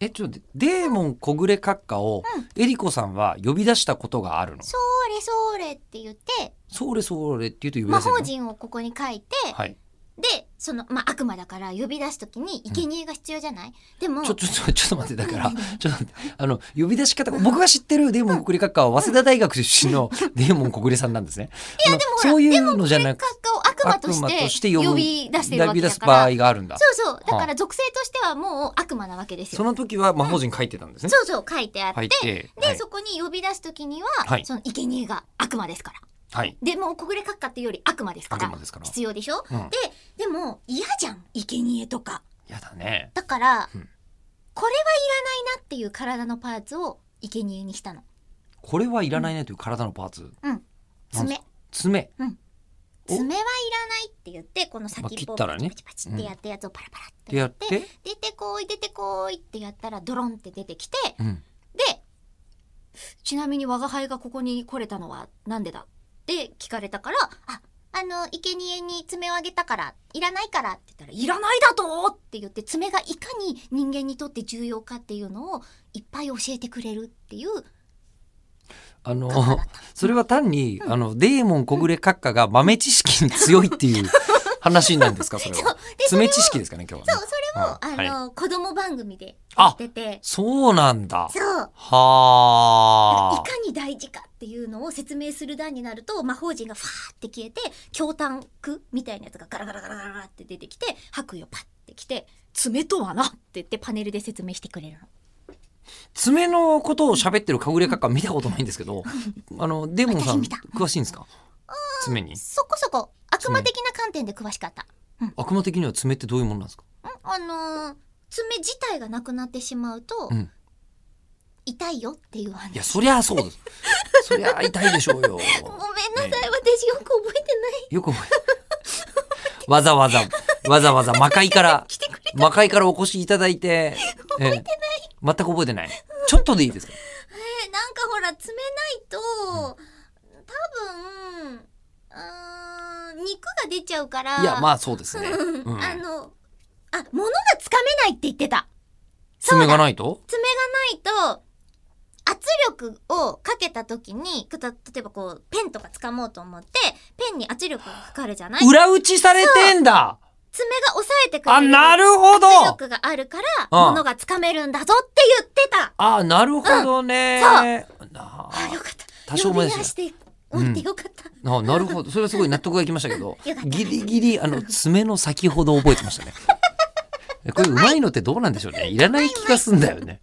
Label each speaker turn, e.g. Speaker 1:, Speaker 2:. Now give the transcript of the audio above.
Speaker 1: えちょっとデーモン小暮閣下をえりこさんは呼び出したことがあるの、
Speaker 2: それそれって言って、
Speaker 1: それそれって言うと呼び
Speaker 2: 魔
Speaker 1: 出せるの
Speaker 2: 法陣をここに書いて、
Speaker 1: はい
Speaker 2: で、その、まあ、悪魔だから呼び出すときに生贄が必要じゃない、でも、
Speaker 1: ちょちょちょちょっと待ってだ からちょっと待ってあの呼び出し方僕が知ってるデーモン小暮閣下は早稲田大学出身のデーモン小暮さんなんですねいやで
Speaker 2: もほら
Speaker 1: そういうのじゃなく
Speaker 2: 閣下を悪魔として呼び出してるわ
Speaker 1: 呼
Speaker 2: け
Speaker 1: び出
Speaker 2: だ
Speaker 1: す
Speaker 2: か
Speaker 1: 場
Speaker 2: ら
Speaker 1: 合。があるんだ
Speaker 2: そうそう。だから属性としてはもう悪魔なわけです
Speaker 1: そ
Speaker 2: よ。
Speaker 1: の時は魔法陣書いてたんですね
Speaker 2: そうそう書いてあって、
Speaker 1: 書いて
Speaker 2: で、
Speaker 1: はい
Speaker 2: そこに呼び出すときには、
Speaker 1: はい
Speaker 2: その生贄が悪魔ですから。
Speaker 1: はい
Speaker 2: でもう小暮閣下っていうより悪魔ですから
Speaker 1: 悪魔ですから
Speaker 2: 必要でしょ、
Speaker 1: うん
Speaker 2: ででも嫌じゃん生贄とか
Speaker 1: やだね
Speaker 2: だから、
Speaker 1: うん
Speaker 2: これはいらないなっていう体のパーツを生贄にしたの
Speaker 1: これはいらないねという体のパーツ
Speaker 2: 爪
Speaker 1: 爪お
Speaker 2: 爪はいらないって言ってこの
Speaker 1: まあ
Speaker 2: 先
Speaker 1: 切
Speaker 2: っぽ
Speaker 1: っ
Speaker 2: を
Speaker 1: た
Speaker 2: パ
Speaker 1: ら
Speaker 2: チ
Speaker 1: ね
Speaker 2: パチパチってやったやつをパラパラっ
Speaker 1: で
Speaker 2: て
Speaker 1: や
Speaker 2: やっ、
Speaker 1: ってて
Speaker 2: 出てこい出てこいってやったらドロンって出てきて
Speaker 1: うん
Speaker 2: でちなみに我が輩がここに来れたのはなんでだって聞かれたからああの生贄に爪をあげたからいらないからって言ったら「いらないだと!」って言って爪がいかに人間にとって重要かっていうのをいっぱい教えてくれるっていう
Speaker 1: あ
Speaker 2: 閣下だ
Speaker 1: の
Speaker 2: っ
Speaker 1: それは単に、あのデーモン小暮閣下が豆知識に強いっていう話なんですかそれ
Speaker 2: た。 そう
Speaker 1: は
Speaker 2: でそ
Speaker 1: 爪
Speaker 2: れ
Speaker 1: 知識ですかね今日は
Speaker 2: そ
Speaker 1: ね
Speaker 2: うそれも、
Speaker 1: うん
Speaker 2: あの、子供番組でや
Speaker 1: あ
Speaker 2: ってて
Speaker 1: そうなんだ
Speaker 2: そうい
Speaker 1: はあ
Speaker 2: かに大事かっていうのを説明する段になると魔法陣がファーって消えて強炭句みたいなやつがガラガラガラガラガラって出てきて白衣をパッてきて「爪とはな」って言ってパネルで説明してくれるの。
Speaker 1: 爪のことを喋ってるかぐれ閣下見たことないんですけどあのデーモンさん
Speaker 2: 私見た
Speaker 1: 詳しいんですか爪に
Speaker 2: そこそこ悪魔的な観点で詳しかった。
Speaker 1: 悪魔的には爪ってどういうものなんですか
Speaker 2: んあのー爪自体がなくなってしまうと、
Speaker 1: うん
Speaker 2: 痛いよっていう話。
Speaker 1: いやそりゃそうですそりゃ痛いでしょうよ
Speaker 2: ごめんなさい、私よく覚えてない。
Speaker 1: よく思いわざわざ、わざわざ魔界から、魔界からお越しいただいて、覚えてない。全く覚えてない。ちょっとでいいですか
Speaker 2: えなんかほら詰めないと、多分うーん肉が出ちゃうから
Speaker 1: いや、まあそうです ね。
Speaker 2: うん
Speaker 1: うん
Speaker 2: あのあ物がつかめないって言ってた
Speaker 1: 爪がないと
Speaker 2: 爪がないと圧力をかけた時にくた例えばこうペンとか掴もうと思ってペンに圧力がかかるじゃない爪が
Speaker 1: 裏打ちされてんだ
Speaker 2: 抑えてくれ
Speaker 1: あ、
Speaker 2: る
Speaker 1: なるほど
Speaker 2: 圧力があるから
Speaker 1: ああ
Speaker 2: 物がつかめるんだぞって言ってた
Speaker 1: あ、なるほどね。な
Speaker 2: あよ
Speaker 1: あ
Speaker 2: かった
Speaker 1: 多少
Speaker 2: 呼
Speaker 1: ま
Speaker 2: び
Speaker 1: で
Speaker 2: 出
Speaker 1: し
Speaker 2: してておいてよかった、
Speaker 1: あなるほど。それはすごい納得がいきましたけど
Speaker 2: よかっ、た
Speaker 1: ギリギリ、あの、爪 の先ほど覚えてましたね。これ、うまいのってどうなんでしょうね。いらない気がすんだよね。